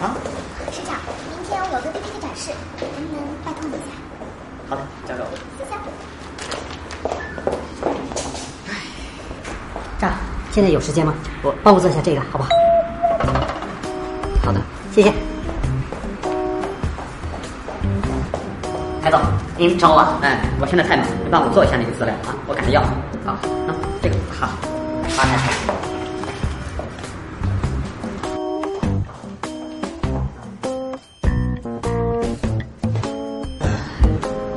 啊好的，交给我。这样，现在有时间吗？我帮我做一下这个，好不好？嗯好的，谢谢。海总，您找我？啊哎，我现在太忙，你帮我做一下那个资料啊，我赶着要。好，那、这个好，好，海总。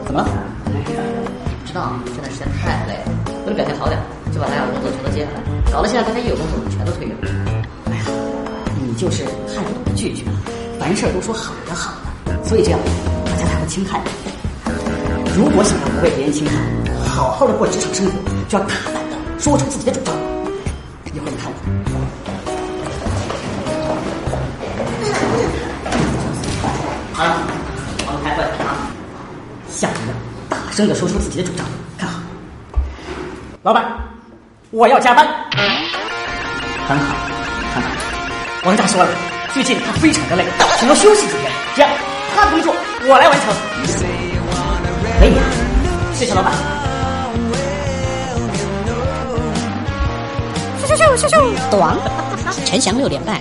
怎么了？不知道，真的实在太累了。为了表现好点，就把两个工作全都接下来，搞得现在大家一有工作全都推给我。哎呀，你就是看不懂拒绝，凡事都说好的好的，所以这样大家才会轻看你。如果想要不被别人轻看，好好的过职场生活，就要大胆的说出自己的主张。一会儿你看我。好了，哎我们开会啊。吓人的，大声的说出自己的主张。看好，老板，我要加班。很好，很好。王炸说了，最近他非常的累，想要休息几天。这样，他的工作我来完成。可以啊，谢谢老板。咻咻咻咻咻！短，陈翔六连败，